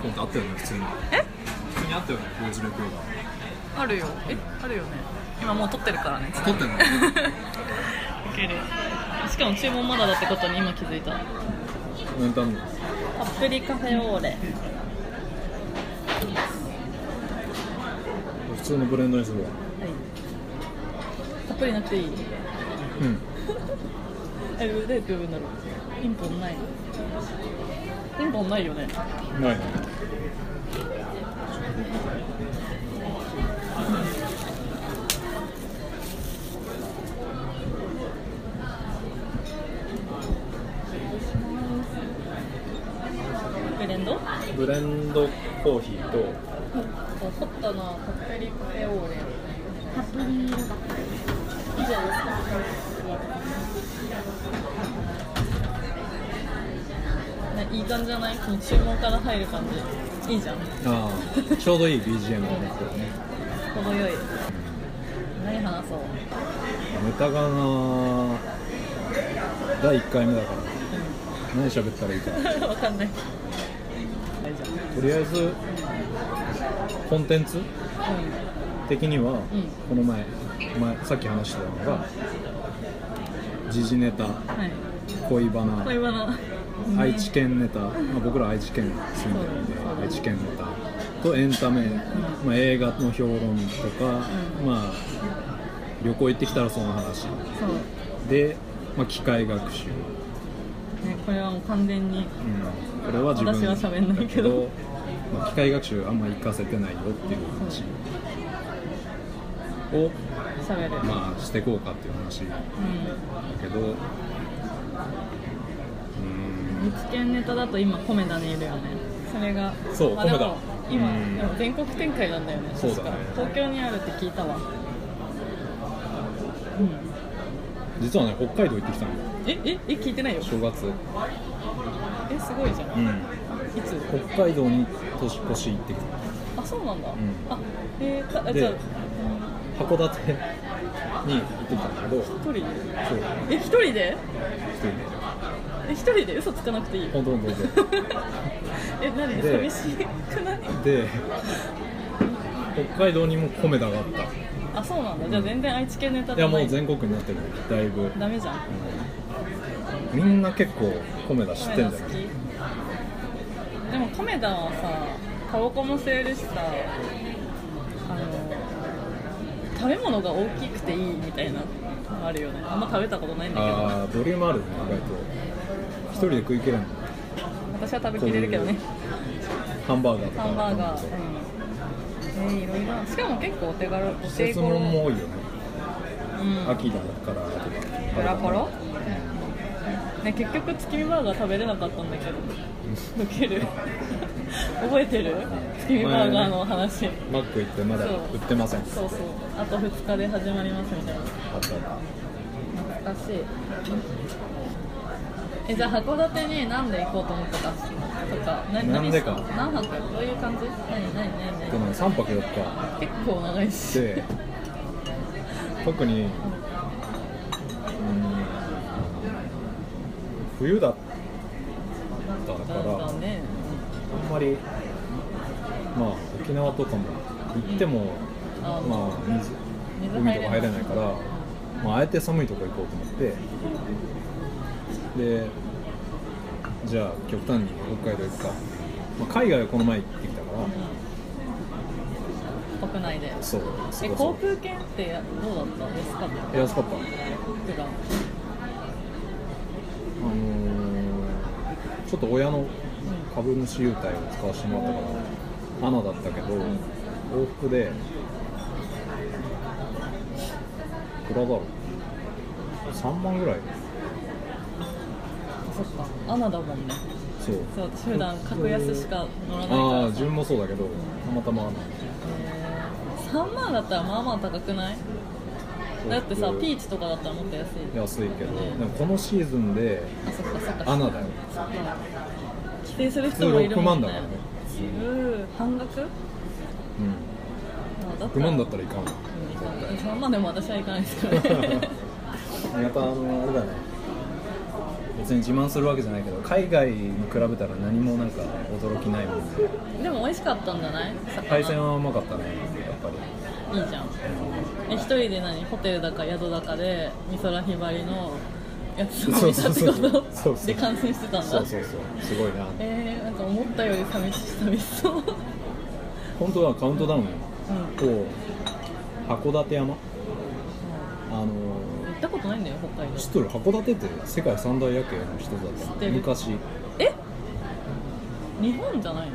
本ってあったよね普通にえ普通にあったよねボーイズレクイがあるよえあるよね今もう撮ってる からね撮ってんのウケるしかも注文まだだってことに今気づいた何頼むパプリカフェオーレ普通のブレンドにするわたっぷりなくていいうんえ、で、どういうんだろうピンポンないピンポンないよねないねブレンドブレンドコーヒーとホットのパプリカフェオーレパプリカ以上ですかね、いい感じじゃないこの注文から入る感じいいじゃんああちょうどいい BGM がなってるね程よい何話そうネタがな第1回目だから何喋ったらいいかわかんない。大と丈りあえずコンテンツ夫。的には、うんこの前前さっき話してたのが時事ネタうん。はい。恋バナ恋バナ。愛知県ネタ、まあ、僕ら愛知県住んでるんでそう愛知県ネタとエンタメ、まあ、映画の評論とか、うんまあ、旅行行ってきたらその話そう。で、まあ、機械学習、ね、これはもう完全に。うん、これは自分私は喋んないけどだまあ、機械学習あんま行かせてないよっていう話を、喋る。まあ、していこうかっていう話だうん。けどう愛知県ネタだと今コメダにいるよね。それが。そうまあでもコメダ今、うんでも全国展開なんだよね。そうだね確か東京にあるって聞いたわ。うん。ーん実はね北海道行ってきたのよえ、え、え、聞いてないよ。正月、え、すごいじゃん。いつ。北海道に年越し行ってきあ、そうなんだ。んあ、えー、た、あでじゃあ。た函館に行ってきたんだけどそう一人で。一え、一人人で。でえ、一人で嘘つかなくていい。ほんとほんとほん え、なんでで寂しくないとで北海道にも米田があっあ、そうなんだ。じゃあ全然愛知県ネタたいじやゃなもいう全国になってるだいぶダメじゃん。みんな結構米田知って米田ん好じゃきない。でも米田はさ、タバコも吸えるしさ、あの、食べ物が大きくていいみたいなのあるよね。あんま食べたことないんだけど、ああボリュームあるね意外と一人で食い切れんの私は食べきれるけどね。ハンバーガーとかハンバーガー。そううん。ねいろいろ。しかも結構お手軽、お季手節頃物も多いよねうん。秋だからとかポラポロね結局月見バーガー食べれなかったんだけどウケる 覚えてる月見バーガーの話、マック行ってまだ売ってませんあそうそうあと2日で始まりますみたいったあったな懐かしいえじゃあ函館に何で行こうと思ったかとか何なんでか何した何泊どういう感じ何何何で何も3泊4日結構長いしで特にうん冬だったかだらだあねんまりまあ沖縄とかも行っても、あまあ水水海入とれかな入いれないから、まああえて寒いとこ行こうと思ってでじゃあ極端に北海道行くか、まあ、海外はこの前行ってきたから、国内でそうそえこそ航こ空券ってどうだったんですかって安かったかあのーちょっと親の株主優待を使わせてもらったから、アナだったけど、往復で、いくらだろう、3万ぐらい、そっか、アナだもんね。そう、そう、私普段格安しか乗らないからああ、さ。自分もそうだけど、たまたまアナ、 3万だったらまあまあ高くないだってさ、ピーチとかだったらもっと安い。安いけど、でもこのシーズンで、あ、そっかそっか。アナだよ、そっか。帰省する普通人もいる6もん万ね。だからね、うん半額あだうん、6万だったたらいかんわ。 3万でも私は行かないですけどねまたあのあれだね別に自慢するわけじゃないけど海外に比べたら何もなんか驚きないもんででも美味しかったんじゃない魚海鮮はうまかったねやっぱりいいじゃんえ一人で何ホテルだか宿だかで美空ひばりのやつを見たってそうそうこそうそうとで感染してたんだそうそうそうすごいなえー、なんか思ったより寂し寂しそう本当だカウントダウンようん、こう函館山あの行ったことないんだよ北海ー知っと道る函館って世界三大夜景の一つだ知っってたる昔え日本じゃないの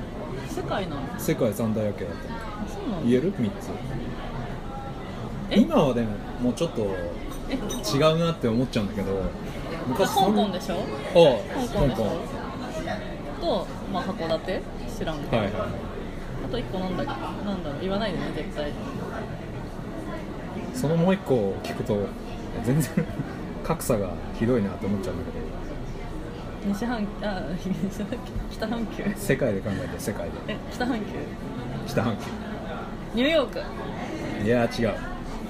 世界なの世界三大夜景だったあそうなの言える3つえ今はでももうちょっとえ違うなって思っちゃうんだけど香昔港でしょょ香香港でし港ょと、まあ、函館知らんけど、はいはあと一個なんだなんだろう言わないでね絶対いそのもう一個を聞くと全然 格差がひどいなって思っちゃうんだけど西半あ 西半北半球世界で考えて世界でえ北半球北半ニューヨーク球いやー違う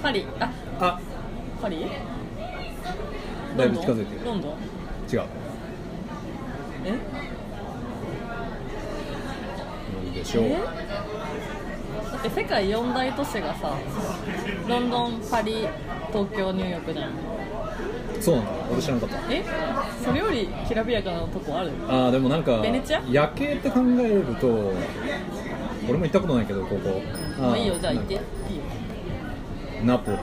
パリああパリだいぶ近づいてるロンドンロン違うドンいいでしえょうえだって世界四大都市がさロンドンパリ東京ニューヨークじゃんそうなんだ私知らなかったえそれよりきらびやかなとこあるあーでもなんかベネチア夜景って考えると俺も行ったことないけどここもういいよじゃあ行行っていいよナポリ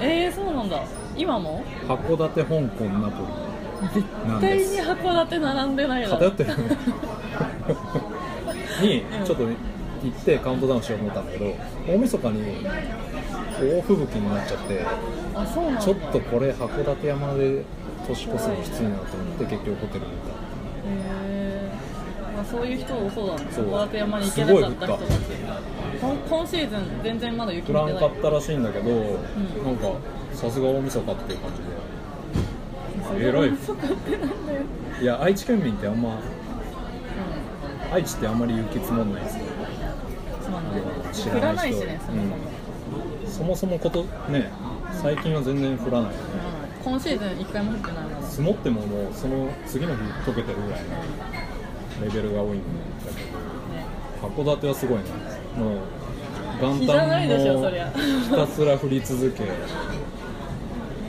えー、そうなんだ今も函館香港ナポ絶対に函館並んでないリだ偏ってるにうんちょっと行ってカウントダウンしようと思ったんだけど大晦日に大吹雪になっちゃって あそうなんだちょっとこれ函館山で年越すのきついなと思って結局ホテルに行ったへーまあ、そういう人多そうだねそう函館山に行けなかった人たちす今今シーズン全然まだ降雪見らてんなかいったらしいんだけど、なんかさすが大晦日っていう感じでえ偉いそこってなんだよ、いや愛知県民ってあんまう愛知ってあんまり雪積もんないですよん、つまんないね知降ららなないい人しねそもそうも、んそもそもことね最近は全然降らないよね降らない今シーズン一回も降ってないもん積もってももうその次の日溶けてるぐらいのレベルが多いんだけねど函館はすごいねもう元日じゃないでし旦ょもそりゃひたすら降り続け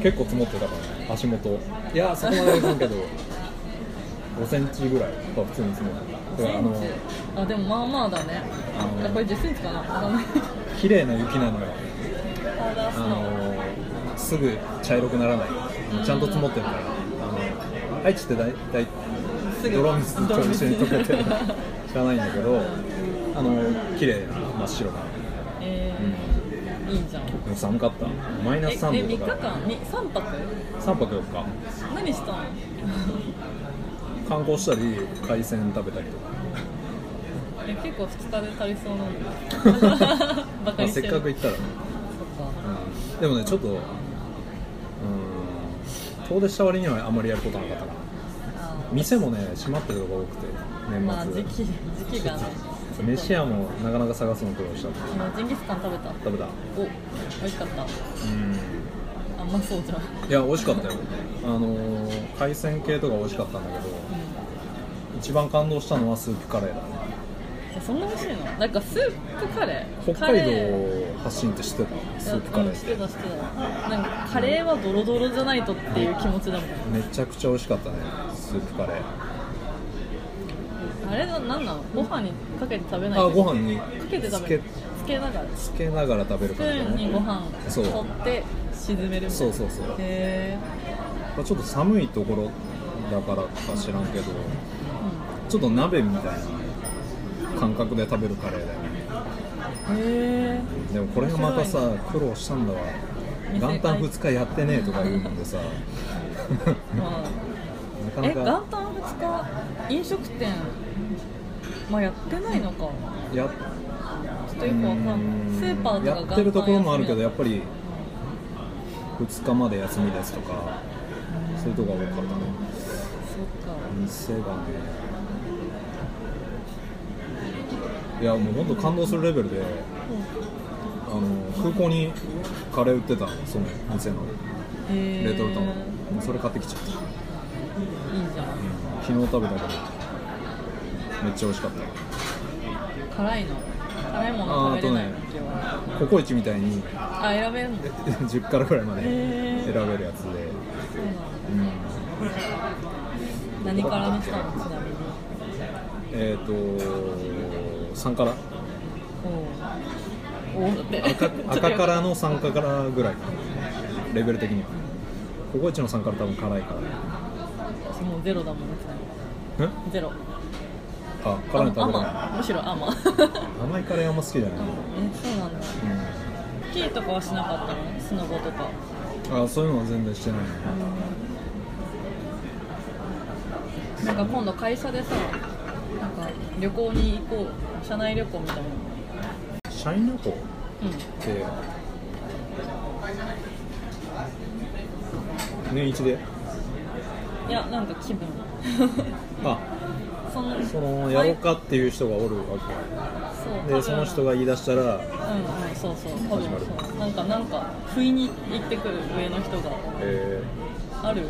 結構積もってたからね足元いやそこまではいかんけど5センチぐらいは普通に積もってただからあのあでもまあまあだねあのあこれ10センチかなわかんない綺麗な雪なのよパウダースあノーのすぐ茶色くならないちゃんと積もってるからあの愛知って大体すぐ泥水と一緒に溶けてる泥水知らないんだけどあの綺麗な真っ白な、えーいいじゃんでも寒かったマイナえスえ3度3と日か間に3泊3泊4日何したの観光したり海鮮食べたりとかえ結構2日で足りそうなんだ バカまあにしせてっるかく行ったらね、そっかうんでもねちょっとうん遠出した割にはあんまりやることなかったかなあー店もね閉まってるとこが多くて年末、まあ時期時期がね飯屋もなかなか探すの苦労した昨日ジンギスカン食べた食べたお美味しかったうんあんまそうじゃん、うん、いや美味しか ったよあのー海鮮系とか美味しかったんだけど一番感動したのはスープカレーだねえそんな美味しいのなんかスープカレー北カレ海ー道発信って知ってたスープカレうんーしっててたしてたなんかカレーはドロドロじゃないとっていう気持ちだもんめちゃくちゃ美味しかったねスープカレーあれななんなのご飯にかけて食べないあとご飯にかけてつ食べけるつけながらつけながら食べるスプ感じだーンにごね飯そう取って沈めるみたいなそうそうそうへまあちょっと寒いところだからか知らんけどえ、ちょっと鍋みたいな感覚で食べるカレーだよねうん、へでもこれがまたさ面苦労したんだわ店元旦2日やってねえとか言うもんでさえ、まあなかえなか元旦2日飲食店まあやってないのかやっちょっとよくわかんないスーパーとかや元旦ってるところもあるけどや休っぱり2日まで休みですとかそういうとこが多かったねみなの店そっかがねいやもうほんと感動するレベルであの空港にカレー売ってたのその店のへえ冷凍ルタンそれ買ってきちゃったいいじゃん昨日食べたけどめっちゃ美味しかっ辛いの辛いもの食べれない時はたココイチみたいに あ,、選べるの10からぐらいまで選べるやつで、そうなのうん何からにしたのち なみにえっ、ー、と3からおうおうだって赤赤ちょっとよくからの3かからぐらいかなレベル的にはココイチの3から多分辛いかもうゼロだもんねちなみにらんゼロあ辛いの食べれな甘むしろ甘い え甘いカレーあんま好きじゃない、そうなんだキーとかはしなかったのスノボとかうん、あそういうのは全然してないねなんか今度会社でさなんか旅行に行こう社内旅行みたいな社員旅行っうて年一でんいやなんか気分 あそのそのやろうはかっていう人がおるわいそう多けで分その人が言い出したらうんうんそうそう多分始まるそうなんかなんか不意に行ってくる上の人がえあるー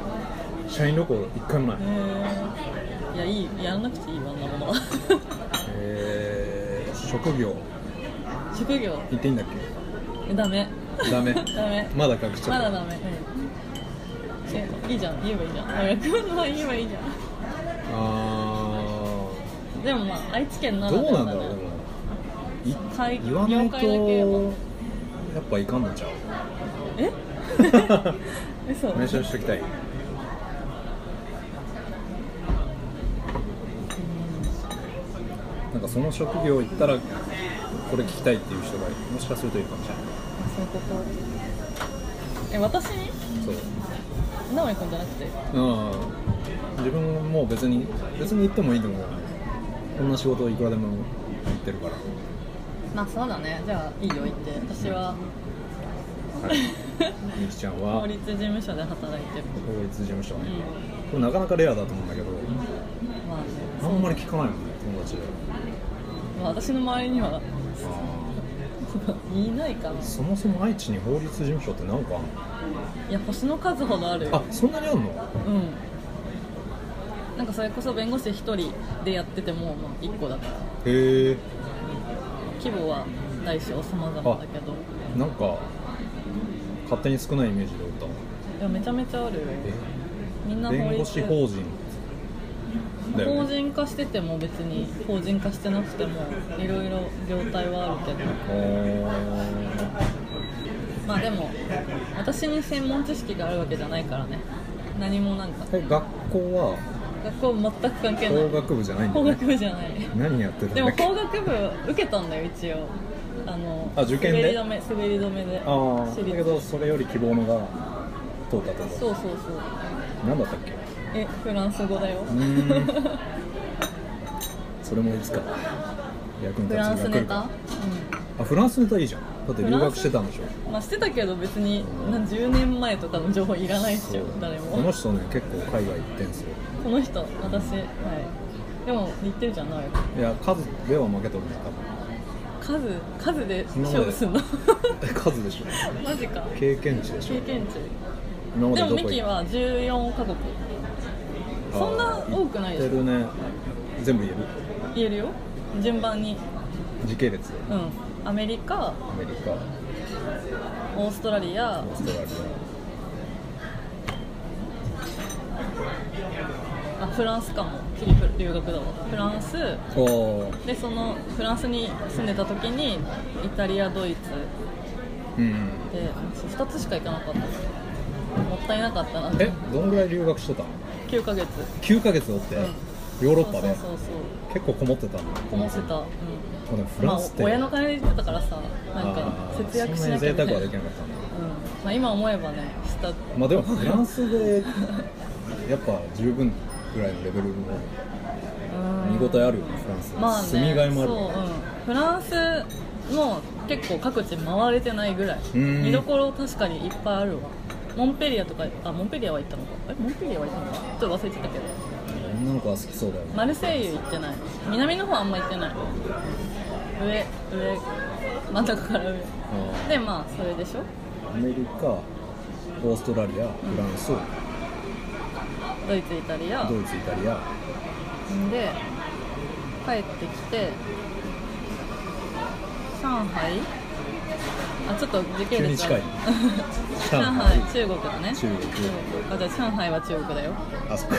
社員旅行一回もないへえいやいいやらなくていいわあんなものは えー職業職業言っていいんだっ えダメけダメダメまだ隠しちまゃだっダメ、えいいじゃん言えばいいじゃん早くまあ言えばいいじゃんたあでもまあ愛知県なーらでどうはなんだろうでもい会言わない業と界だけはやっぱいかんのち ゃうえ嘘名称しときたいなんかその職業行ったらこれ聞きたいっていう人がもしかするといるかもしれないそういうことえ私にそう直江君じゃなくてうん自分も別に別に行ってもいいと思うよこんな仕事いくらでも行ってるからまあそうだねじゃあいいよ言って私は はいみきちゃんは法律事務所で働いてる法律事務所うんねこれなかなかレアだと思うんだけどまあねあんまり聞かないもんね友達でまあ私の周りにはあ いないかなーそもそも愛知に法律事務所って何かあんのいや星の数ほどあるよあそんなにあんのうんなんかそれこそ弁護士一人でやっててもまあ一個だからへえ規模は大小様々だけどなんか勝手に少ないイメージでおったわいやめちゃめちゃあるよみんな法弁律護士法人だよ、ね、法人化してても別に法人化してなくてもいろいろ業態はあるけどあーまあでも私に専門知識があるわけじゃないからね何もなんかえ学校は学校全く関係ない法学部じゃないんだ、法ね、学部じゃ ない何やってたんでだもっけ法学部受けたんだよ一応あのあ受験で滑り止め滑り止めでああ私だ立けどそれより希望のが通ったと思うそうそうそう何だったっけえフランス語だよーそれもいつか役に立つ フランス日が来ネるかタらあフランスネタいいじゃんだって留学してたんでしょうんまあしてたけど別にな10年前とかの情報いらないっしそょう誰もこの人ね結構海外行ってんすよこの人私はいでも言ってるじゃないいや数では負けとるね多数数で勝負すんの分数でしょ マジか経験値でしょ経験値今まででどもこミキ行っは14カ国たそんな多くないでしょ行ってるね全部言える言えるよ順番に時系列でうんアメリカアメリカオオーストラリーアストラリあフランスかも次留学だわフランスアおーでそのフランスに住んでた時にイタリアドイツうんで2つしか行かなかったもったいなかったなえどんぐらい留学してたの9ヶ月9ヶ月おって、うんヨーロッパで、そうそうそう結構こもってたんだこもってた、うんでもフまラあンスっ、て、親の金で行ってたからさなんかあー節約しそんなになきゃ贅みた沢いなはできなかったんだうんまあ、今思えばねしたまあ でもフランスでやっぱ十分ぐらいのレベルの見応えあるよねフランス、まあね住みがいもあるそう、うん、フランスも結構各地回れてないぐらいん見どころ確かにいっぱいあるわモンペリアとかあモンペリアは行ったのかえモンペリアは行ったのかちょっと忘れてたけど女の子は好きそうだよねマルセイユ行ってない南の方あんま行ってない上上真ん中から上あでまあそれでしょーアメリカオーストラリアフランス、ドイツイタリアドイツイタリアで帰ってきて上海あちょっと時系急に列近 はい上上海海中国だね中国あじゃあ上海は中国だよ あそこ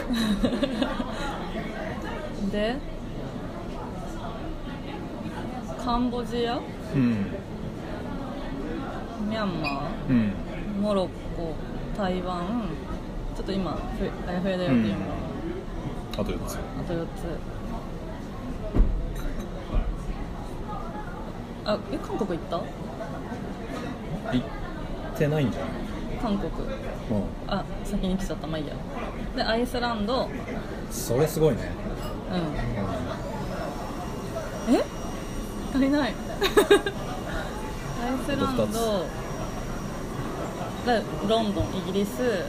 でカンボジアうんミャンマうんーモロッコ台湾ちょっと今ふえ増えだよっていうのが、あと4つあと4つあえ韓国行った行ってないんじゃない韓国うあ先に来ちゃったまあいいやでアイスランドんそれすごいねうんうえ足りない アイスランドあと二でロンドンイギリスえ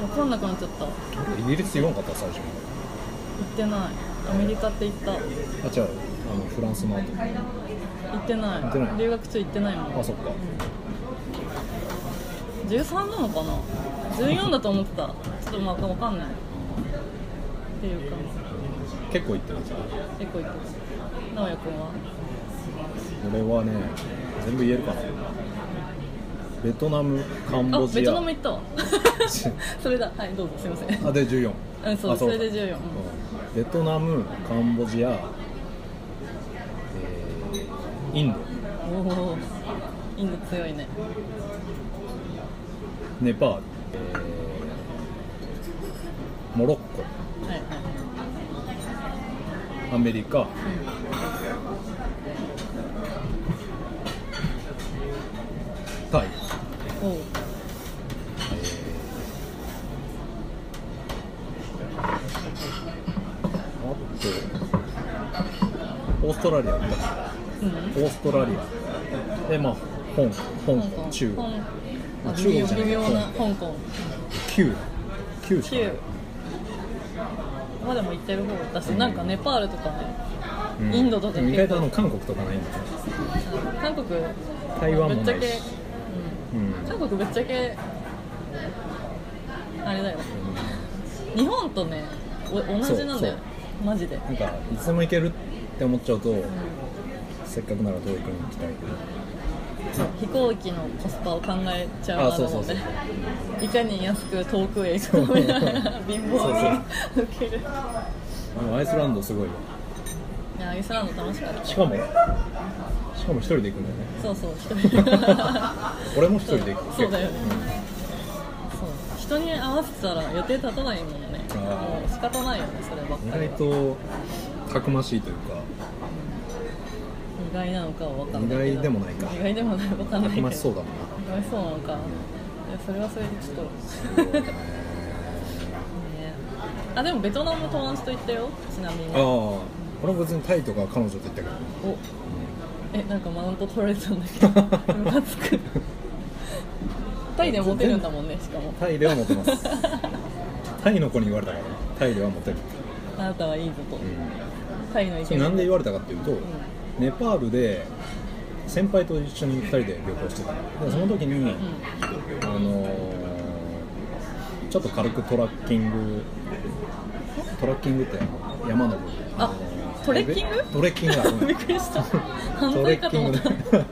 分かんなくなっちゃった行んイギリス言わんかった最初ってないアメリカって行ったあ違うあのフランスの後行ってない行ってない留学中行ってないもんあそっか13なのかな14だと思ってたちょっとまあ分かんないっていうか結構行ってるじゃん結構行ってた直哉君は俺はね全部言えるかなベトナムカンボあジアベトナム行 ったわそれだはいどうぞすいませんあで14うんそうあそれだで14うんうんベトナムカンボジア、えーインドおおインド強いねネパール、えーモロッコはいはいアメリカタイおおあとオーストラリア行ったうんオーストラリアでまあ香港香香港港中国香まああ中微国じ妙ゃない微妙香な香港9 9しかない9まあでも行ってる方だしなんかネパールとかねうんインドとか意外とあの韓国とかないんだね韓国台湾もぶっちなゃいけし、うんうん、韓国ぶっちゃけあれだよ日本とねお同じなんだよそうマジで、うんなんかいつでも行けるって思っちゃうと、せっかくなら遠い国に行きたいけど飛行機のコスパを考えちゃうなあとそうそう思っそてういかに安く遠くへ行くかみたいな貧乏に受けるあのアイスランドすごいよいやアイスランド楽しかったしかもしかも一人で行くん だよねそうそう一人 俺も一人で行くそうだよねそう人に合わせたら予定立たないもんねあーもう仕方ないよねそればっうん意かり外はとたくましいというか意外なのかは分かんないけど意外でもないか意外でもない分かんたないけくどましそうだ意外そうなのかいやそれはそれでちょっとな すごいねねあでもベトナム友達と行ったよちなみにああ俺も別にタイとか彼女と行ったけどおえなんかマウント取られたんだけ どムカつくタイでモテるんだもんねしかもタイではモテますタイの子に言われたからタイではモテる、 あなたはいいぞと、うん、タイの意そ見れなんで言われたかっていうと、ネパールで先輩と一緒に2人で旅行してたのでその時に、うあのーちょっと軽くトラッキングトラッキングって山登りあのートレッキングトレッキングだごん、め びんっくりした反トレ対かッとキ思ンっグただ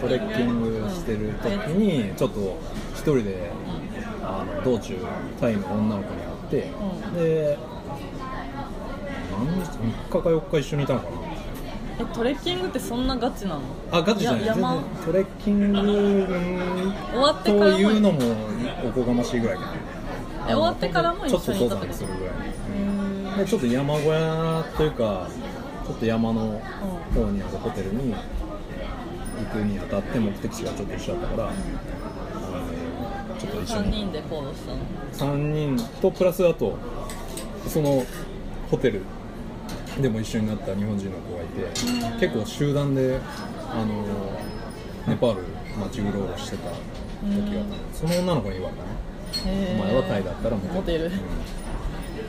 トレッキングしてる時にちょっと一人であの道中タイの女の子に会って、うで何日3日か4日一緒にいたのかなえトレッキングってそんなガチなのあガチじゃないや山全然トレッキングうん終わってとからもいうのもおこがましいぐらいかなえ終わってからも一緒にちょ行っったとって登山ことするぐらうーんいでちょっと山小屋というかちょっと山のう方にあるホテルに行くにあたって目的地がちょっと一緒だったから、あのちょっと一緒3に人で行動したの3人とプラスあとそのホテルでも一緒になった日本人の子がいて結構集団であのネパール街うろうろしてた時があったのその女の子に言われたねへおー前はタイだったらモモテる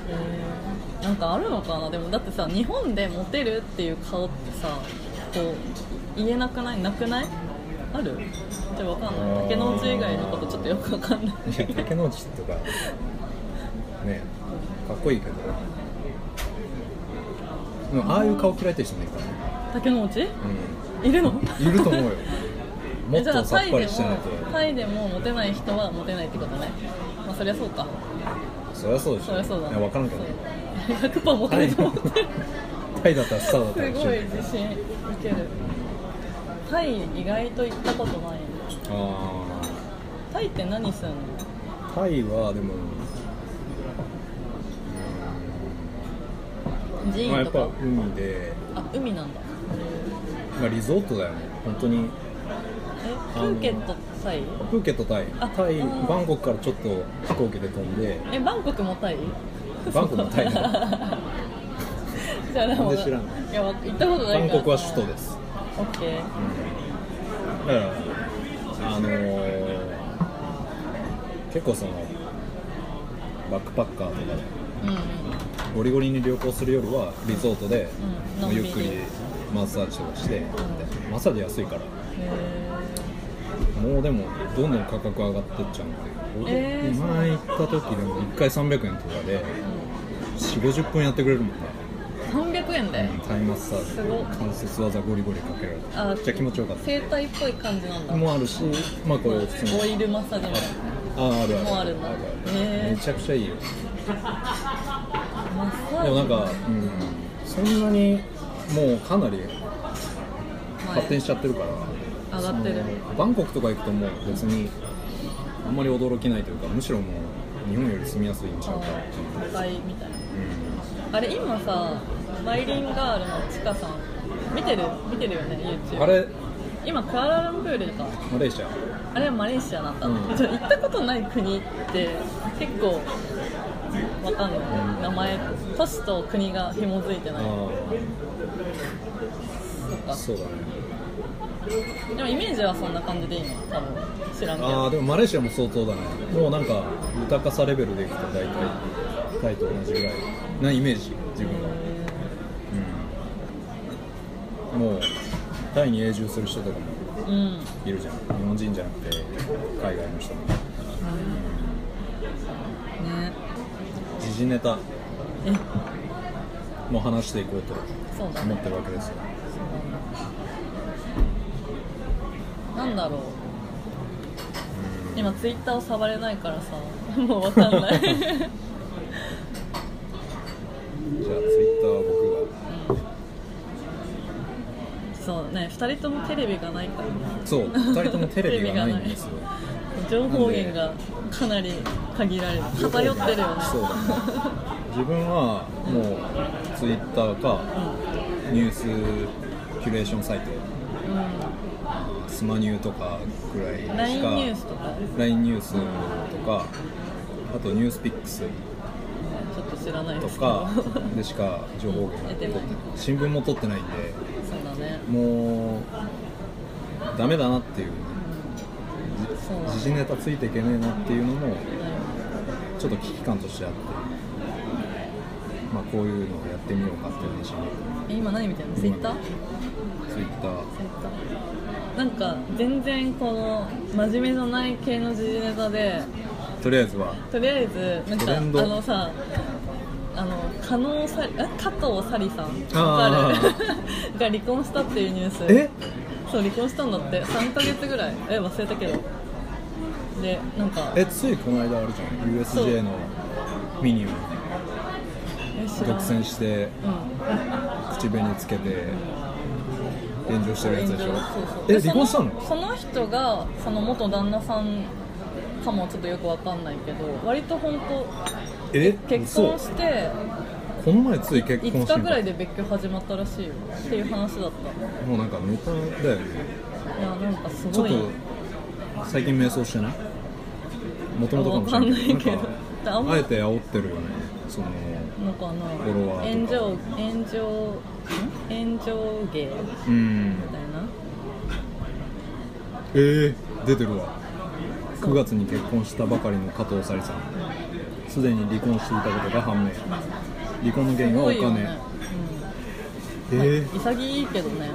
えーなんかあるのかなでもだってさ日本でモテるっていう顔ってさこう言えなくないなくないあるじゃあわかんない竹の内以外のことちょっとよくわか んないいや竹野内とかねかっこいいけどでもああいう顔嫌いって人もいるからね、竹の内いるのうん、いると 思うよもえっじゃあとさタっイぱでりしてないもとタイでもモテない人はモテないってことねまあそりゃそうかそりゃそうでしょそりゃそうだいや分からんけどそう100%モテないと 思ってるタイだったらスターだったらす一ご緒い自信いけるタイ意外と行ったことないあタイって何すんのあタイはでも寺まあ、や院っとぱか海で、あ海なんだまあ、リゾートだよね本当にえあプのーケットタイプーケットタイあタイあーバンコクからちょっと飛行機で飛んでえバンコクもタイバンコクもタイなのじゃあでもなんで知らんのいやわ行ったことないバからンコクは首都ですオッケーだからあのー結構そのバックパッカーとかでうんうんゴリゴリに旅行するよりはリゾートで、うんもうゆっくのんりびりマッサージとかして、んマッサージ安いからへもうでもどんどん価格上がってっちゃうんで、えー前行った時でも1回300円とかで4ー5 0分やってくれるもんねうん300円でタイマッサージすごっ関節技ゴリゴリかけられてあめっちゃ気持ちよかった整体っぽい感じなんだもあるしまあこれ普通にオイルマッサージみたいああるあるもうあるんだへーめちゃくちゃいいよでなマッサージもなんか、うん、そんなにもうかなり発展しちゃってるから、上がってるそのバンコクとか行くともう別にあんまり驚きないというかむしろもう日本より住みやすいんちゃうかっていう、都会みたいなうあれ今さマイリンガールのちかさん見てる見てるよね YouTube ん、あれ今クアラルンプールかマレーシアあれはマレーシアなんだ、うんちょっと行ったことない国って結構わかんない名前都市と国が紐づいてあないそっあかそうだねでもイメージはそんな感じでいいの多分知らんけああどでもマレーシアも相当だねもうなんか豊かさレベルでいくと大体タイと同じぐらいなイメージ自分はうんもうタイに永住する人とかもうん、うん、いるじゃん日本人じゃなくて海外の人もね時事ネタえも話していこうとそうだ思っねてるわけですよなんだろう今ツイッターを触れないからさ もうわかんないじゃあツイッターは僕がそうね2人ともテレビがないからそう2人ともテレビがないんですよ情報源がかなり限られる偏ってるよねそうだね 自分はもうツイッターかニュースキュレーションサイトスマニューとかぐらいしうかん LINE ニュースとか LINE ニュースとかあとニュースピックスちょっと知らないでとすけどかでしか情報源が取ってないうん新聞も取ってないんでそうだねもうダメだなっていうそうだ時事ねネタついていけねえなっていうのもうちょっと危機感としてあってまあこういうのをやってみようかっていう話にんえ今何見てるのツイッターツツイッターイッターなんか全然この真面目じゃない系の時事ネタでとりあえずはとりあえずなんトレンドかあのさあの加納さえ加藤サリさんあーわかる が離婚したっていうニュースえそう離婚したんだって3ヶ月ぐらいえ忘れたけどでなんかえついこの間あるじゃん USJ のミニをえ知独らん占してうん口紅つけて炎上してるやつでしょそうそうえで離婚したのそのその人がその元旦那さんかもちょっとよくわかんないけど割と本え当結婚して嘘この前つい結婚して5日ぐらいで別居始まったらしいよっていう話だったもうなんかネタだよねいやなんかすちょごっいと最近迷走してないもともとかもしれないけどわかんないけどなんかあえて煽ってるよねそののかなフォロワー炎とか上炎上ん炎上芸みうんたいなえー、出てるわ9月に結婚したばかりの加藤紗里さんすでに離婚していたことが判明離婚の原因はお金、すごいよね、うんえまあ潔いけどね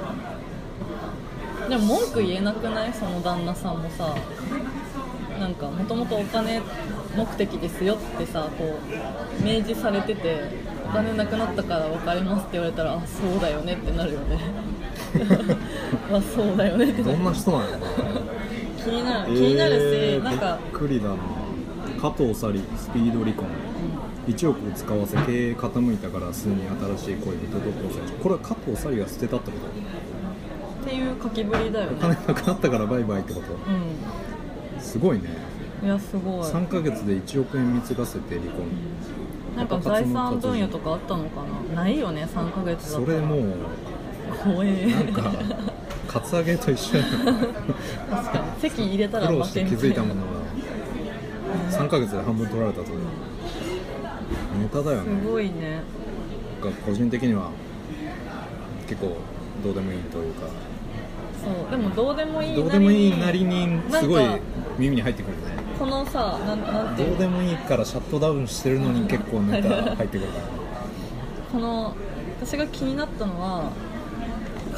でも文句言えなくないその旦那さんもさなんかもともとお金目的ですよってさこう明示されててお金なくなったから別れますって言われたらあそうだよねってなるよね まあそうだよねってなどるんな人なんやろな気にな る気になるし、えーなんかびっくりだな加藤サリスピード離婚1億を使わせ経営傾いたから数人新しい恋人と交際しこれは加藤サリが捨てたってことっていう書きぶりだよお金ねなくなったからバイバイってことうすごいねんいやすごい3ヶ月で1億円貢がせて離婚なんか財産分与とかあったのかなないよね3ヶ月だそとれもう怖えなんかカツアゲと一緒やな確かに席入れたら苦労して気づいたもののは3ヶ月で半分取られたと思うネタだよねすごいねが個人的には結構どうでもいいというかそうでもどうでもいいどうでもいいなりににんかすごい耳に入ってくるねこのさなんなんてどいううでもいいからシャットダウンしてるのに結構ネタ入ってくるからこの私が気になったのは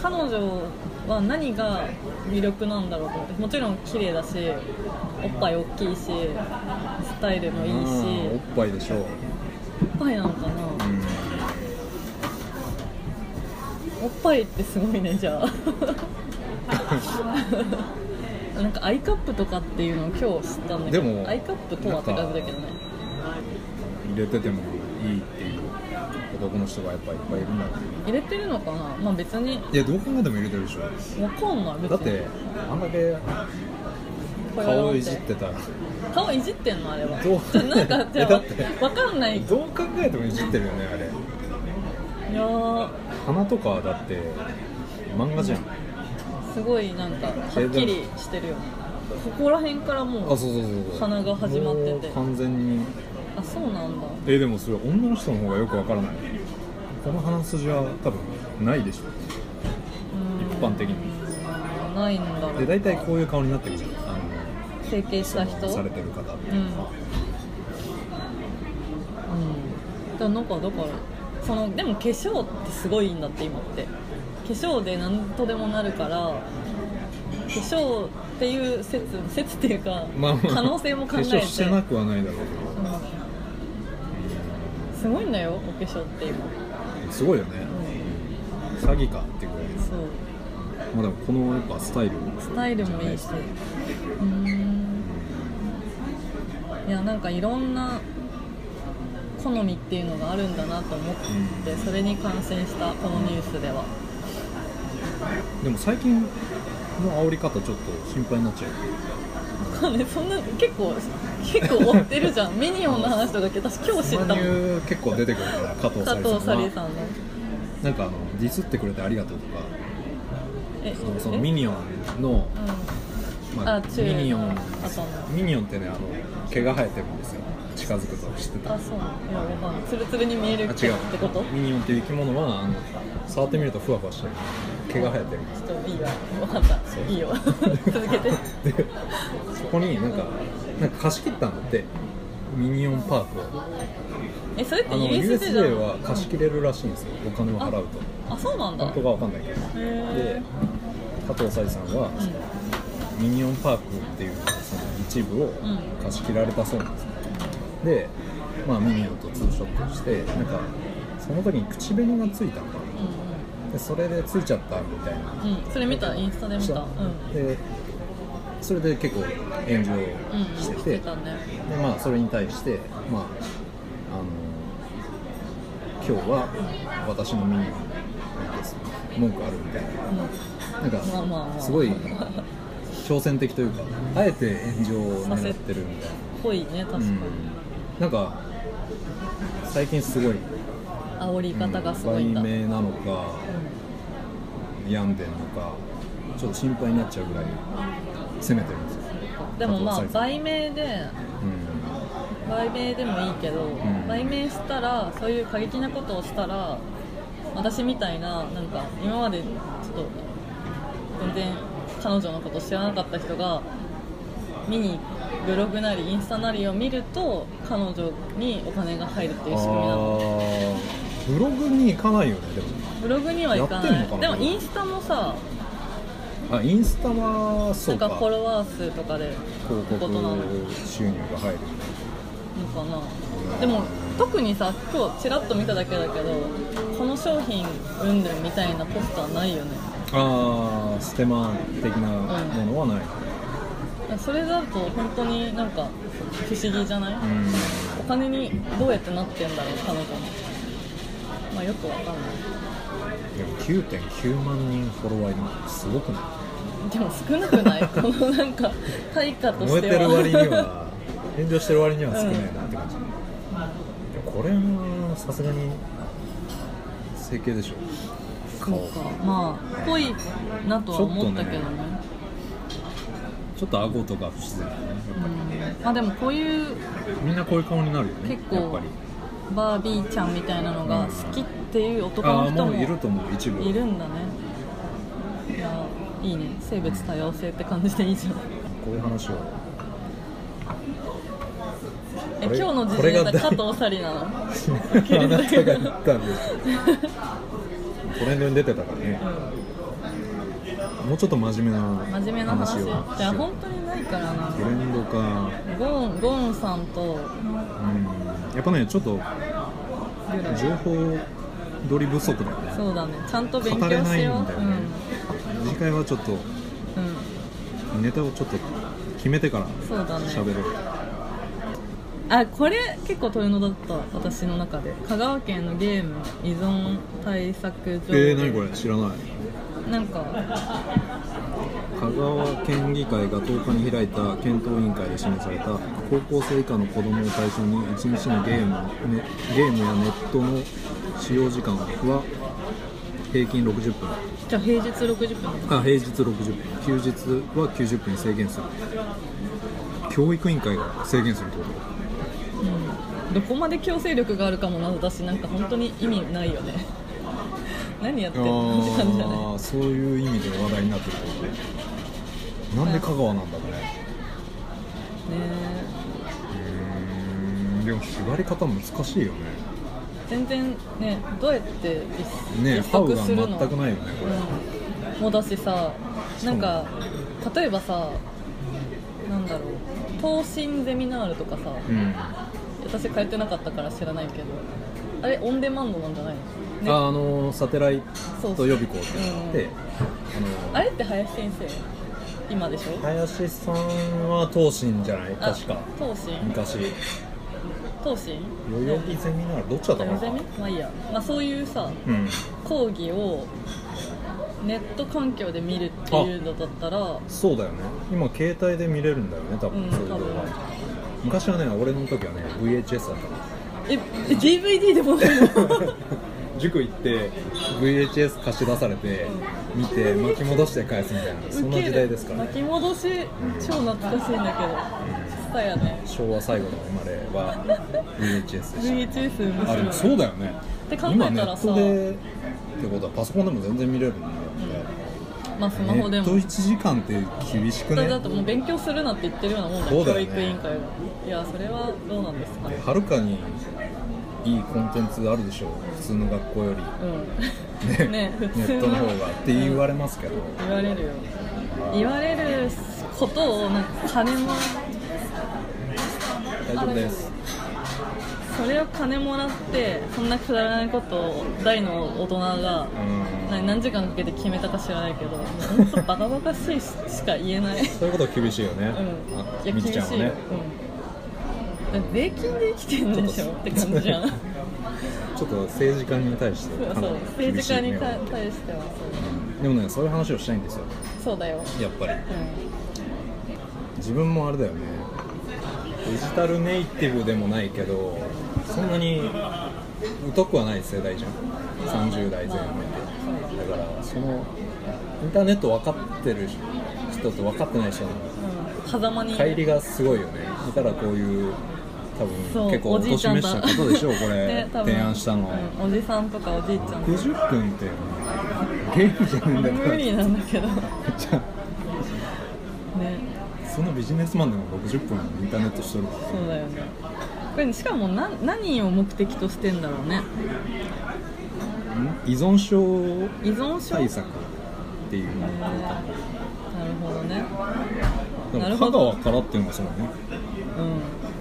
彼女は何が魅力なんだろうと思ってもちろん綺麗だしおっぱい大きいしスタイルもいいしうんおっぱいでしょう、おっぱいなのかなうんおっぱいってすごいねじゃあ なんかアイカップとかっていうのを今日知ったんだけどでもアイカップとはって感じだけどね入れててもいいっていう男の人がやっぱいっぱいいるんだって入れてるのかなまあ別にいやどう考えても入れてるでしょわかんない別にだってあんだけ顔をいじってたら顔いじってんのあれはどうじゃあなんか じゃえだってあわかんないいどう考えてもいじってるよねあれやー鼻とかだって漫画じゃんすごいなんかはっきりしてるよねここら辺からもうあそうそうそうそう鼻が始まっててもう完全にあそうなんだえでもそれ女の人の方がよくわからないこの鼻筋は多分ないでしょ一一般的にないんだろでう大体こういう顔になってくるじゃんあ整形したの人されてる方って、うんうん、だなんかだからそのでも化粧ってすごいんだって今って化粧で何とでもなるから化粧っていう説説っていうか、まあまあ可能性も考えて化粧してなくはないだろううんすごいんだよお化粧って今、けどすごいよねう詐欺かってくらいでん、すそうまあでもこのやっぱスタイルスタイルもいいしうーんいやなんかいろんな好みっていうのがあるんだなと思ってそれに感心したこのニュースでは でも最近の煽り方ちょっと心配になっちゃうわかんないそんな結構結構追ってるじ ゃんミニオンの話とかけ私今日知っマたもニんュー結構出てくるから加藤加さりさんは藤サリーさんのなんかあのディスってくれてありがとうとかえそのそのえミニオンのうまあ、あ注意ミニオンあそうなのミニオンってねあの毛が生えてるんですよ近づくと知ってんたあそうなのいやわかんないツルツルに見えるあってことミニオンっていう生き物はあの触ってみるとふわふわしてる毛が生えてるんでちょっといいよわかったいいよ 続けてす でそこになんかなんか貸し切ったんだってミニオンパークをえそれっあてのイギリスじゃん USJ は貸し切れるらしいんですよお金を払うとあそうなんだ本当かわかんないけどでへ加藤沙莉さんはーうんミニオンパークっていうその一部を貸し切られたそうなんですね、で、まあ、ミニオンとツーショットしてなんかその時に口紅がついたのかなでそれでついちゃったみたいなうんうんそれ見たインスタで見たうんでそれで結構炎上うんうんして、してたねでまあ、それに対して、まあ、あの今日は私のミニオンです文句あるみたいななんか、まあまあまあすごい挑戦的というかあえて炎上を狙ってるみたいうんぽいね確な、かうんに、なんか最近すごい煽り方がすご売いんだ、うん名なのか病んでんのかちょっと心配になっちゃうぐらい攻めてるんですよ、でもまああとサイ売名で売名でもいいけど、ん売名したらそういう過激なことをしたら私みたいななんか今までちょっと全然彼女のこと知らなかった人が見にブログなりインスタなりを見ると彼女にお金が入るってうん、いう仕組みなのあーブログに行かないよねでもブログには行かないやってんのかなでもインスタもさあインスタはそなうんかかフォロワー数とかで広ことなのの告収入が入るかなでも特にさ今日ちらっと見ただけだけどこの商品うんぬんみたいなポスターないよねああステマ的なものはない、それだと本当になんか不思議じゃない、うんお金にどうやってなってんだろう彼女もまあよくわかんないでも9.9万人フォロワーいるのすごくないでも少なくない このなんか対価と燃しえててはる割には炎上してる割には少ないなって感じ、でもこれはさすがに整形でしょそうかまあっぽいなとは思ったけどねちょっと顎とか不自然だねやっぱうんまあでもこういうり、みんなこういう顔になるよね結構やっぱりバービーちゃんみたいなのが好きっていう男あのあ人ももういると思う一部いるんだねいやいいね性別多様性って感じでいいじゃんこういう話をえこれ今日の時これ事がネタ加藤紗理なの あなたが言ったんですトレンドに出てたからねもうちょっと真面目な真面目な話をいや本当にないからなトレンドかゴンゴンさんとうんやっぱねちょっとユラ情報取り不足だよねそうだねちゃんと勉語れ強なしいよんうだよね、次回はちょっとうん、うん、ネタをちょっと決めてからそうだね喋ろうあこれ結構トレンドだった私の中で香川県のゲーム依存対策条例えー、何これ知らないなんか香川県議会が10日に開いた検討委員会で示された高校生以下の子どもを対象に1日のゲーム,、ね、ゲームやネットの使用時間は平均60分じゃあ平日60分あ平日60分休日は90分に制限する教育委員会が制限するってことうんどこまで強制力があるかもなだしなんか本当に意味ないよね 何やってんのって感じじゃないああそういう意味で話題になってるってことなんで香川なんだろうねねうーんでも縛り方難しいよねえ全然ねどうやって一ね一ハウ足がす全るのくないよねこれ、うん、もだしさなんか例えばさなんだろう東進ゼミナールとかさ、うん私通ってなかったから知らないけどあれオンデマンドなんじゃないの、ね、ああのサテライトそう予そ備う校っていうのがあって、うんああれって林先生今でしょの林さんは東進じゃないあ確か東進昔代東進々木ゼミならどっちだったかゼなミまあいいや、まあ、そういうさうん講義をネット環境で見るっていうのだったらそうだよね今携帯で見れるんだよね多分、うんそういう動画多分昔はね俺の時はね VHS だったのえ DVD でもないの塾行って VHS 貸し出されて見て巻き戻して返すみたい なそんな時代ですからウケねる巻き戻し超懐かしいんだけどスタやね昭和最後の生まれは VHS でした VHS あでも面白いそうだよねて考え今ネたらッさトでってことはパソコンでも全然見れるんだよね、まあスマホネでッもト1時間って厳しくだねだってもう勉強するなって言ってるようなもんだそうだよ教ね育委員会はいやそれはどうなんですかねはるかにいいコンテンツあるでしょう普通の学校ようりん ねネ普通ットの方がって言われます けど、言われるよ言われることをなんか金も大丈夫ですそれを金もらってそんなくだらないことを大の大人がうん何何時間かけて決めたか知らないけど本当バカバカしいししか言えないそういうことは厳しいよね、うんあいやみき厳しいちゃんはよね、うん、だって税金で生きてんでしょって感じじゃ んちょっと政治家に対してそうかなそうり政厳治しい家目にをか対してはでもねそういう話をしたいんですよそうそうだよ、やっぱりう自分もあれだよねデジタルネイティブでもないけどそんなに疎くはない世代じゃん30代前半でだからそのインターネット分かってる人と分かってない人のん、狭間に乖離がすごいよねだからこういう多そ分う結構お落じといちしゃんめとしたことでしょうこれ ね多分提案したの、うんおじさんとかおじいちゃんとか60分ってゲームじゃないんだから無理なんだけどねじゃあそのビジネスマンでも60分インターネットしとるからそうだよねこれしかもな何を目的としてんだろうねん依存症依存症対策っていうのがなるほどねでなもる香ほど川からっていうのがそのねうん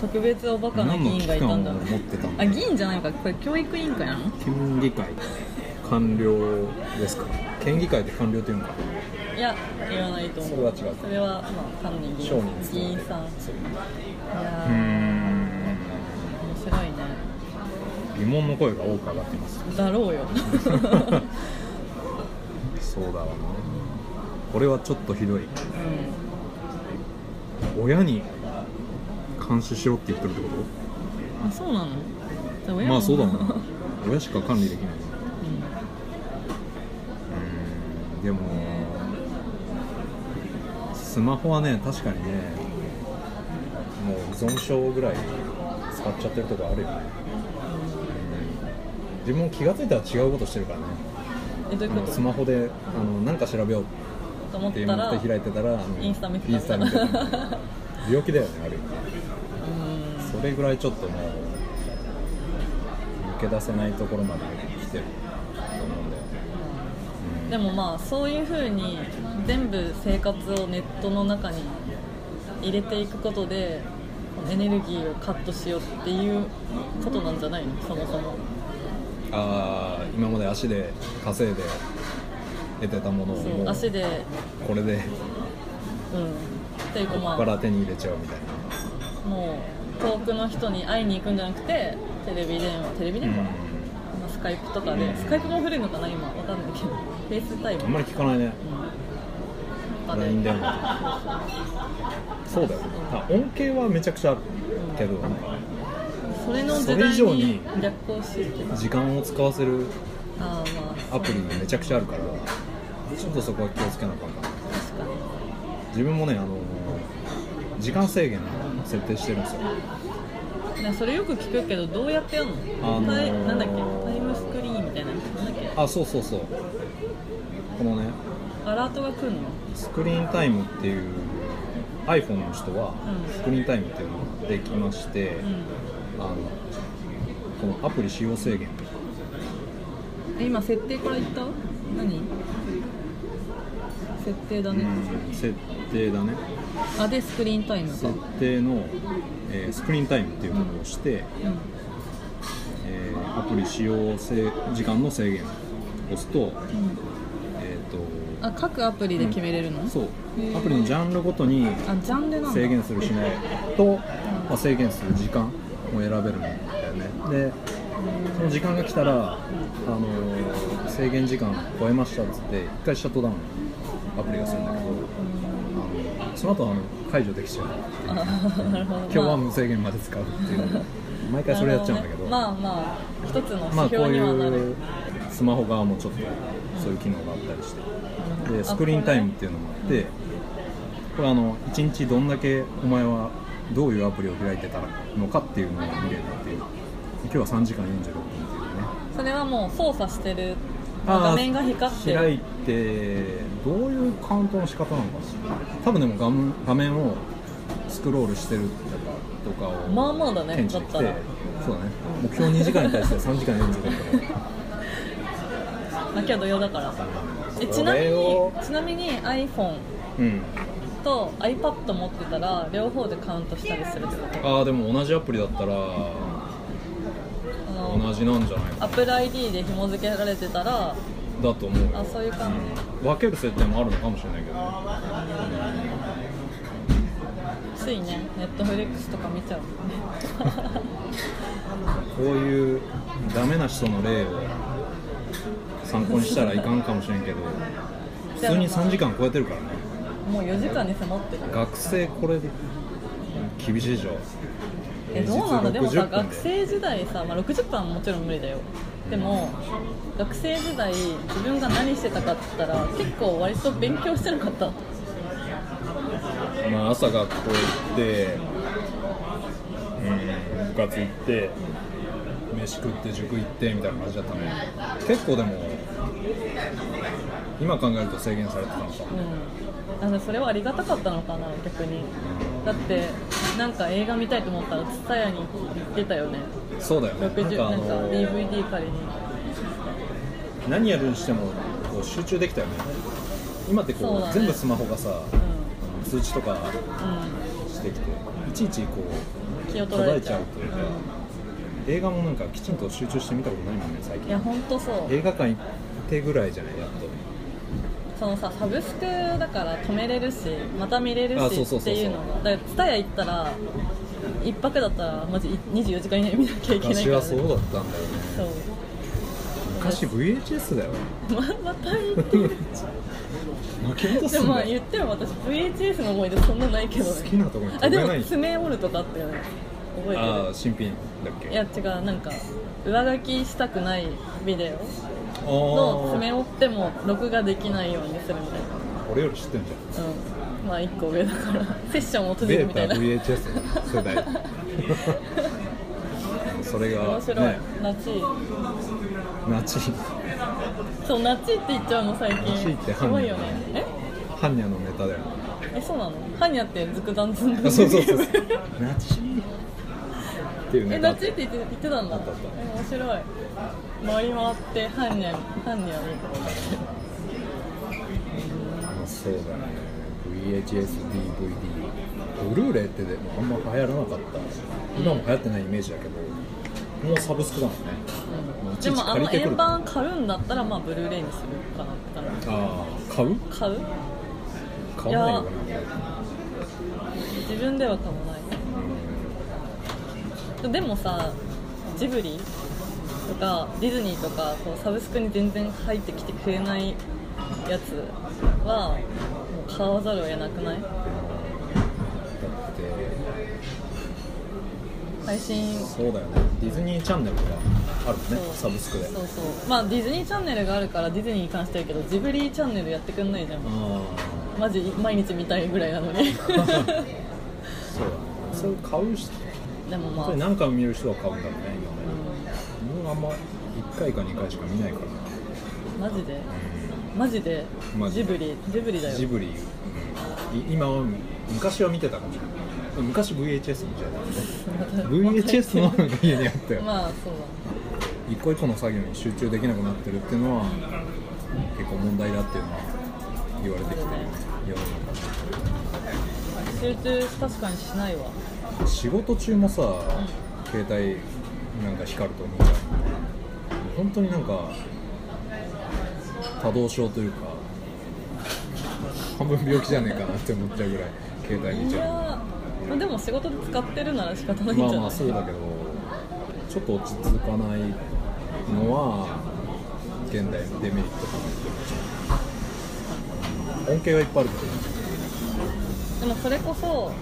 特別おバカな議員がいたんだ何の機関を持ってたのあ議員じゃないのかこれ教育委員会なの県議会官僚ですか県議会で官僚っていうのかいや言わないと思そうれは違うそれはまあ単に議商人員ですか議員さんいそうやうーーん面白いね疑問の声が多く上がってますだろ うよそうだわなこれはちょっとひどいうん親に監視しろって言ってるってこあそうなのじゃと親もまあそうだもんな親しか管理できないなううーんでもスマホはね確かにねもう依存症ぐらい使っちゃってるとこあるよね、うん自分も気が付いたら違うことしてるからね んえどあういうのことスマホであのなんか調べようと思っってたら思って開いてたらあのインスタ見てたインスタ見てた病気だよねある意うん味それぐらいちょっともう抜け出せないところまで来てると思うんだよねでもまあそういうふうに全部生活をネットの中に入れていくことでエネルギーをカットしようっていうことなんじゃないのそもそもああ今まで足で稼いで得てたものをそもうう足でこれでうんっていうかこまこあから手に入れちゃうみたいな、もう遠くの人に会いに行くんじゃなくてテレビ電話テレビ電話、うまあスカイプとかで、うんスカイプも古いのかな今わかんないけどフェイスタイムん、あんまり聞かないねうんとかで LINE 電話そうだよあ恩恵はめちゃくちゃあるけどそれの時それ以上代にに逆行してる時間を使わせるああまあアプリがめちゃくちゃあるるからちょっとそこは気をつけなあかんかな確かに自分もねあの時間制限を設定してるんですよねそれよく聞くけどどうやってやんの、あのータイなんだっけタイムスクリーンみたいなのなんだっけあそうそうそうこのねアラートが来るのスクリーンタイムっていう iPhone の人はうんスクリーンタイムっていうのができまして、うあのこのアプリ使用制限んえ今設定から言った何設定だね、うん設定だねあでスクリーンタイムか設定の、えースクリーンタイムっていうものをして、うんえーアプリ使用制時間の制限を押すと,、うんえー、とあ各アプリで決めれるの、そうへーアプリのジャンルごとにあジャンルなんだ制限するしないと、まあ、制限する時間を選べるんだよねでその時間が来たら、あのー制限時間超えましたっつって一回シャットダウンアプリがするんだけど、あのその後あの解除できちゃうあ なるほど今日はまあ無制限まで使うって いう毎回それやっちゃうんだけどなるほねまあまあ一つのま指あこ標うにいはなる、うスマホ側もちょっとそういう機能があったりして、うんであスクリーンタイムっていうのもあってこれあの1日どんだけお前はどういうアプリを開いてたのかっていうのが見れるっていう今日は3時間46分っていうねそれはもう操作してるあー画面が光ってる開いてどういうカウントの仕方なのかな多分でも画面画面をスクロールしてるとかをまあまあだね検知できだてったらそうだね目標2時間に対して3時間46分 まあ今日土曜だからえちこなみれをにちなみに iPhone うんと iPad 持ってたら両方でカウントしたりするってことああでも同じアプリだったらあの同じなんじゃないか Apple ID で紐付けられてたらだと思うよあそういううん感分ける設定もあるのかもしれないけどねついね Netflix とか見ちゃうこういうダメな人の例を参考にしたらいかんかもしれんけど普通に3時間超えてるからね もう4時間に迫ってる学生これで厳しいでしょえどうなんだでも平さ日60分学生時代さ、まあ、60分はもちろん無理だよでも学生時代自分が何してたかって言ったら結構割と勉強してなかったまあ、朝学校行って、うん、部活行って飯食って塾行ってみたいな感じだったね結構でも今考えると制限されてたのかうん、なんかそれはありがたかったのかな逆にだってなんか映画見たいと思ったら TSUTAYA に行ってたよねそうだよねなん60かあなんかの DVD 借りに何やるにしてもこう集中できたよねう今ってこそううだね全部スマホがさう通知とかん、してきていちいちこう、うん気を取られちゃう途絶えちゃうというか映画もなんかきちんと集中して見たことないもんね最うん、いや近本当そう映画館行ってぐらいじゃないやっとそのさサブスクだから止めれるしまた見れるあしそうそうそうっそうていうのがだから TSUTAYA 行ったら一泊だったらマジ24時間以内に見なきゃいけない昔から、はそうだったんだよねそう昔 VHS だよままた見てる負けんとですもんまあだ言っよても私 VHS の思い出そんなないけど好きねなとこにあ飛でべもない爪折るとかあったよね覚ああえー新品だってけるいや違うなんか上書きしたくないビデあオのー爪折っても録画できないようにするみたいな俺より知ってんじゃんうんまあ1個上だから セッションを閉じベるーみタたいな VHS 世代 それが面白いねナチナチそうナチって言っちゃうの最近ナチって犯す人ごいよねえハンニャのネタ だよねえそうなのハニャってずくだんずんあそうそうそうゲームナチっていう えネタナチって言って言ってたんだあったあっえ面白い回り回ってハニャハニャにまあそうだね VHS、DVD ブルーレイってでもあんま流行らなかった今も流行ってないイメージだけどもうサブスクだもんねうんいちでいちもあの借りてく円る盤買うんだったらまあブルーレイにするかなって感じああ買う買う買わないよな自分では買わないでもさジブリとかディズニーとかこうサブスクに全然入ってきてくれないやつはもう買わざるを得なくないだって配信そうだよねディズニーチャンネルとかあるもんねそサうブスクでそうそうまあディズニーチャンネルがあるからディズニーに関してるけどジブリチャンネルやってくんないじゃんあマジ毎日見たいぐらいなの にあそうだねそれ買う人でもまあそれ何回も見る人は買うんだろうね今ねう自分はあんま1回か2回しか見ないからんマジでマジでマジジでブリジブリだよジブリ、うんい今は昔は見てたかもしれない昔 VHS みたいな VHS の方が家にあってまあそう一個一個の作業に集中できなくなってるっていうのは結構問題だっていうのは言われてきてる世の中でだ集中確かにしないわ仕事中もさ、携帯なんか光ると思うじゃん本当になんか多動症というか半分病気じゃねえかなって思っちゃうぐらい携帯見いちゃやーまあでも仕事で使ってるなら仕方なういんじゃまなあい、まあそうだけどちょっと落ち着かないのは現代のデメリットかなって恩恵はいっぱいあるけどでもそれこそ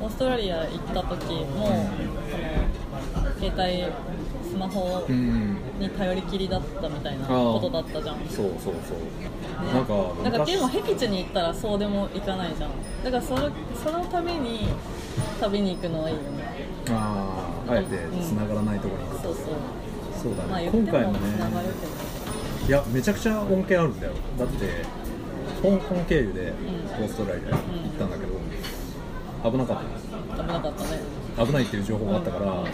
オーストラリア行った時も、その携帯スマホうんに頼りきりだったみたいなあーことだったじゃん、ねそうそうそうなんかなんか昔でも僻地に行ったらそうでも行かないじゃんだからそのそのために旅に行くのはいいよねあーあえて繋がらないところに行くそうそうそうだね、まあ言って今もつ回もながるねけどいやめちゃくちゃ恩恵あるんだよだって香港経由でうオーストラリア行ったんだけど、危なかっ危なかったねた危ないっていう情報があったから、うんあの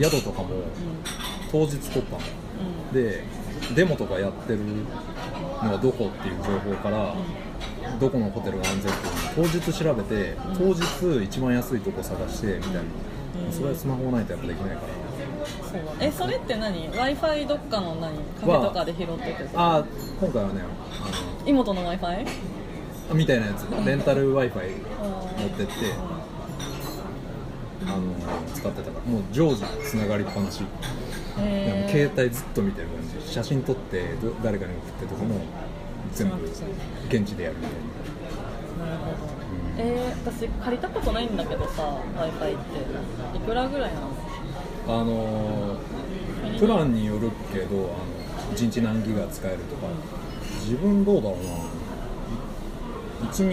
宿とかもう当日取ったのんうんでデモとかやってるのはどこっていう情報からどこのホテルが安全っていうのを当日調べて当日一番安いとこ探してみたいな、うんそれはスマホないとやっぱできないから、そうだねえそれって何 w i f i どっかの何カフェとかで拾っててああ今回はねあの妹の w i f i みたいなやつレンタル w i f i 持ってってうあの使ってたからもう常時つながりっぱなし、でんもへ携帯ずっと見てる感じ写真撮ってど誰かに送ってとかも全部現地でやるみたいー、なるほどえー、私借りたことないんだけどさ w i f i っていくらぐらいなのなあのープランによるけどあの1日何ギガ使えるとか自分どうだろうな1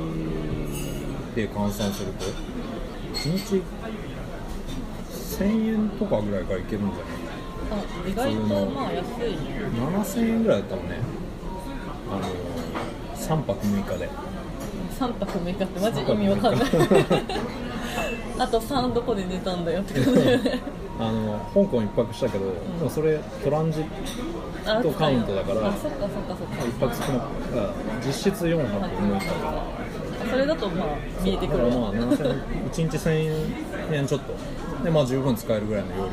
日で換算すると1日1000円とかぐらいからいけるんじゃないあ意外とまあ安いね7000円ぐらいだったもんねあの3泊6日で 3泊6日ってマジ意味わかんない三泊六あと3どこで寝たんだよって感じだよねあの香港一泊したけど、でもそれトランジッあとカウントだからあそっかそっかそっトか一泊少なくあ実質4泊6日それだとまあ見えてくるだからまあ7000 1日1000円ちょっとでまあ十分使えるぐらいの容量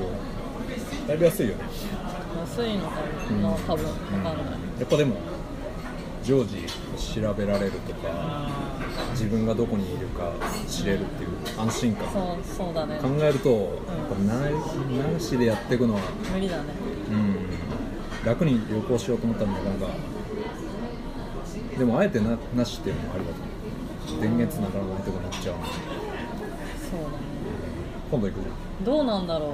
だいぶ安いよね安いのかうんな、多分わかんない、やっぱでも常時調べられるとか自分がどこにいるか知れるっていう安心感そうそうだね考えるとやっぱないなしでやっていくのは、無理だねうん、楽に旅行しようと思ったらなかなかでもあえてななしっていうのもありだと思う電源つながらないとこに行っちゃうのそうだね今度行くじどうなんだろう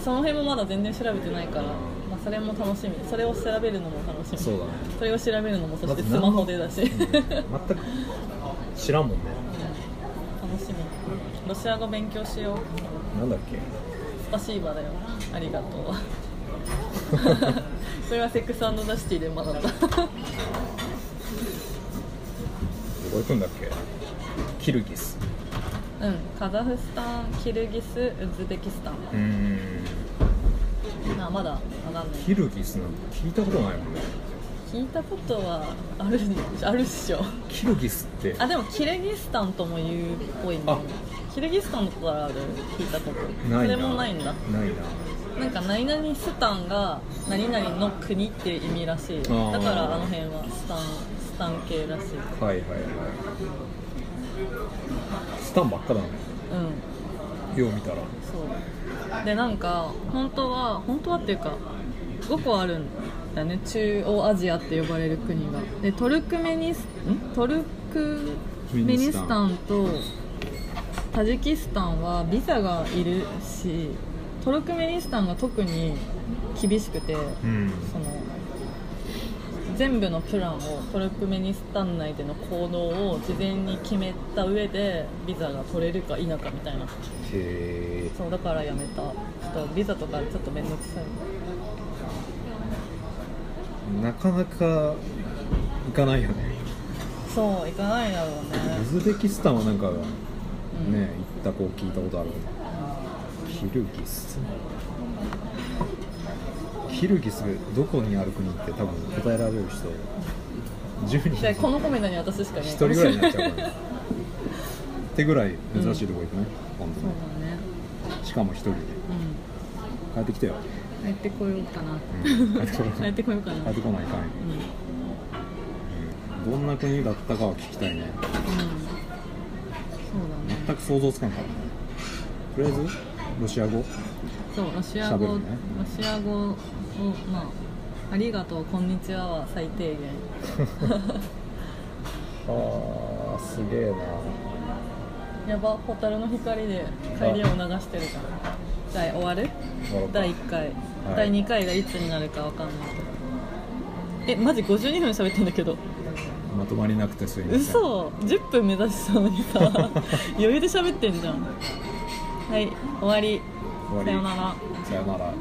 その辺もまだ全然調べてないから、まあ、それも楽しみそれを調べるのも楽しみそうだねそれを調べるのもそゃんしてスマホでだし、うん 楽し全く知らんもんねみロシア語勉強しようなんだっけスパシーバだよあり がとうそれはセックスザシティで学んだどこ行くんだっけキルギスうんカザフスタンキルギスウズベキスタンうんまあまだわかんないキルギスなんて聞いたことないもんね聞いたことはあるんあるっしょキルギスってあでもキルギスタンとも言うっぽいねあキルギスタンのことある聞いたことないなそれもないんだないななんか何々スタンが何々の国っていう意味らしいだかーらあの辺はスタンスタン系らしいはいはいはいスタンばっかだねうんよう見たらそうでなんか本当は本当はっていうか5個あるんだよね中央アジアって呼ばれる国がでトルクメニスんトルクメニスタンとタジキスタンはビザがいるしトルクメニスタンが特に厳しくてうんその全部のプランをトルクメニスタン内での行動を事前に決めた上でビザが取れるか否かみたいへなえそうだからやめたちょっとビザとかちょっと面倒くさいなかなか行かないよねそう行かないだろうウねズベキスタンはなんかねうん行った子聞いたことあるキルギスキルギスどこにある国って多分答えられる人10でこ人のコメントに私しかいない1人ぐらいになっちゃうからねってぐらい珍しいとこ行くね、本当そうにだねしかも1人でう帰ってき てよ、ん帰ってこようかなうん、帰ってこ帰なっいてこようか帰なってこないかんようんうどんんな国だったかは聞きたいねそうだね全く想像つかんからねとりあえずロシア語そうロシア語、喋るねロシア語をまあありがとうこんにちはは最低限ああすげえなやば蛍の光で帰りを流してるじゃんじゃあ終わる第1回、はい第2回がいつになるかわかんないえマジ52分喋ってんだけどまとまりなくてすいません嘘10分目指したのにさ余裕で喋ってんじゃんはい終わり終わりさよならさよなら